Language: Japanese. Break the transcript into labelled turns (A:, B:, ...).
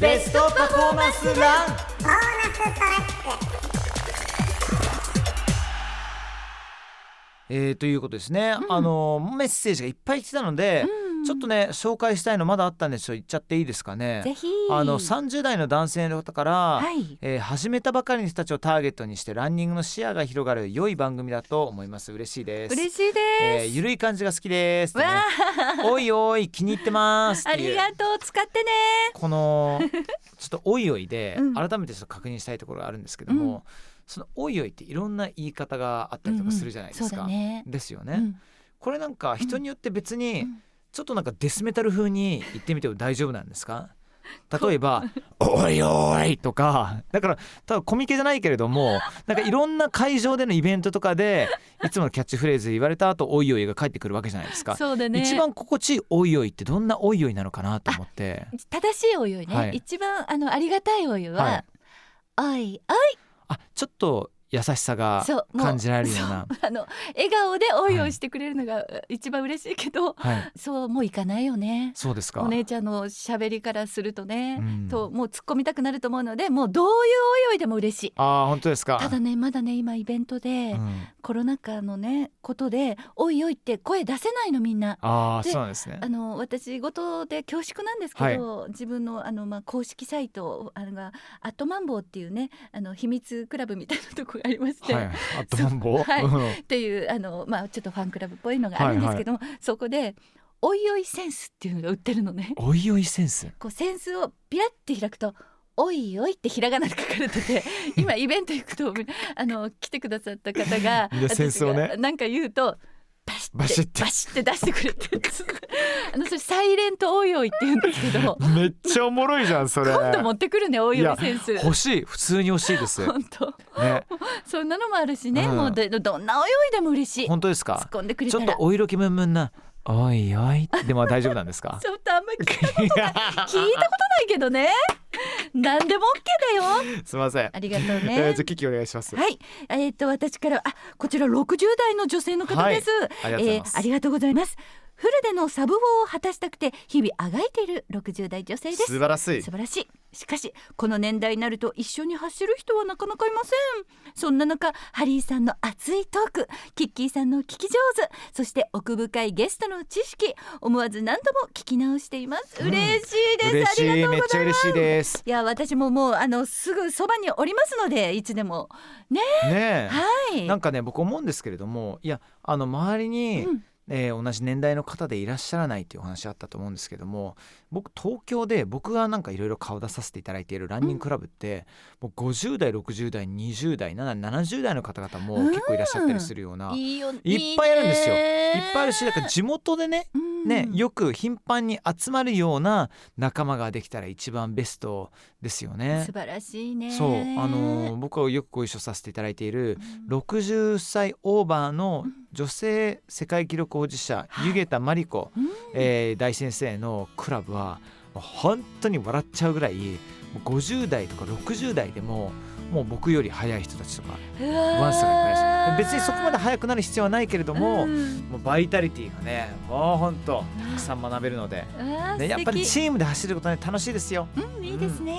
A: ベストパフォーマンスラン
B: ボーナストラック
A: えー、ということですね、あのメッセージがいっぱい来てたので、ちょっとね紹介したいのまだあったんでちょっと言っちゃっていいですかね
C: ぜひ
A: あの30代の男性の方から、
C: はい
A: えー始めたばかりの人たちをターゲットにしてランニングの視野が広がる良い番組だと思います嬉しいです
C: 嬉
A: い
C: しい
A: えー
C: です、
A: ゆるい感じが好きですってね、
C: わ
A: おいおい気に入ってます
C: あ
A: っていう
C: りがとう使ってね
A: こ のちょっと「おいおい」で
C: うん
A: 改めてちょっと確認したいところがあるんですけども、
C: う
A: その「おいおい」っていろんな言い方があったりとかするじゃないですか。
C: うんうんそうだね
A: ですよ
C: う
A: ね。
C: ん
A: これなんか人によって別に、
C: うん
A: ちょっとなんかデスメタル風に言ってみても大丈夫なんです か例えば「おいおい」とかだから多分コミケじゃないけれどもなんかいろんな会場でのイベントとかでいつものキャッチフレーズ言われた後おいおい」が返ってくるわけじゃないですか。
C: そうだね
A: 一番心地いい「おいおい」ってどんな「おいおい」なのかなと思って。
C: 正しいお湯ね、
A: はい
C: 一番あのありがたいお湯は、おいおい
A: あちょっと優しさが
C: そうもう
A: 感じられるような
C: あの笑顔でおいお
A: はい
C: いしてくれるのが一番嬉しいけど、
A: はい
C: そうもういかないよね
A: そうですか
C: お姉ちゃんの喋りからするとね、
A: うん
C: ともう突っ込みたくなると思うのでもうどういうおいおいでも嬉しい
A: あー本当ですか
C: ただねまだね今イベントで、
A: うん
C: コロナ禍のねことでおいおいって声出せないのみんな
A: ああ
C: で
A: そうなんですね
C: あの私ごとで恐縮なんですけど、自分のあの、まあ、公式サイトあのがアットマンボウっていうねあの秘密クラブみたいなとこがありまして、
A: はいあとマンボウ
C: はい
A: うん
C: っていうあの、まあ、ちょっとファンクラブっぽいのがあるんですけども、そこで「おいおいセンス」っていうのが売ってるのね。
A: おいおいセン ス
C: こうセンスをピラッて開くと「おいおい」ってひらがなで書かれて て今イベント行くとあの来てくださった方が
A: みんなセンスをね
C: 私がなんか言うとバシッて
A: バ
C: バ
A: シ
C: シ
A: ッて
C: ッて出してくれて あのそれ「サイレントおいおい」って言うんですけ ど
A: めっちゃおもろいじゃんそれ
C: 今度持ってくるねおいおいセンス。
A: 欲しい普通に欲しいです
C: 本当
A: ね
C: そんなのもあるしね、
A: うん
C: もうどどんなおいおいでも嬉しい突っ
A: 本当ですか
C: 込んでくれ
A: ちょ
C: た
A: っ
C: ら
A: とお色気ムンムンなおいおいでも大丈夫なんです か
C: ちょっとあんまり聞いたことないけどね何でも OK だよ
A: すみません
C: ありがとうね、
A: えーじゃあキキお願いします
C: はい、えーっと私からあこちら60代の女性の方です。
A: はいありがとうございます
C: えーありがとうございます。フルでのサブ4を果たしたくて日々あがいている60代女性です。
A: 素晴らしい
C: 素晴らしい。しかしこの年代になると一緒に走る人はなかなかいませんそんな中ハリーさんの熱いトークキッキーさんの聞き上手そして奥深いゲストの知識思わず何度も聞き直しています、
A: うん
C: 嬉しいです
A: 嬉し
C: あり
A: い
C: がとうござ
A: め
C: い
A: っ
C: ます
A: ちゃ嬉しいです
C: いや私ももうあのすぐそばにおりますのでいつでもね
A: ねえ
C: はい
A: なんかね僕思うんですけれどもいやあの周りに、
C: うん
A: えー同じ年代の方でいらっしゃらないっていうお話あったと思うんですけども僕東京で僕がなんかいろいろ顔出させていただいているランニングクラブって、もう50代60代20代なな70代の方々も結構いらっしゃったりするような、いっ
C: いいよ
A: いっぱいあるんですよ
C: い
A: ぱいあるしだから地元でねね、よく頻繁に集まるような仲間ができたら一番ベストですよ
C: く
A: ね
C: 素。晴らしいね
A: そうあのー僕はよくご一緒させていただいている60歳オーバーの女性世界記録保持者
C: はい
A: 湯桁真理子、
C: うん
A: えー大先生のクラブはもう本当に笑っちゃうぐらいもう50代とか60代でももう僕より速い人たちとか
C: うわー
A: ワンスがいっぱいいらっしゃる別にそこまで速くなる必要はないけれども、
C: うん
A: もうバイタリティがねもう本当たくさん学べるので、
C: うわー
A: ね、やっぱり
C: 素敵
A: チームで走ることね楽しいですよ。
C: うんいいですね、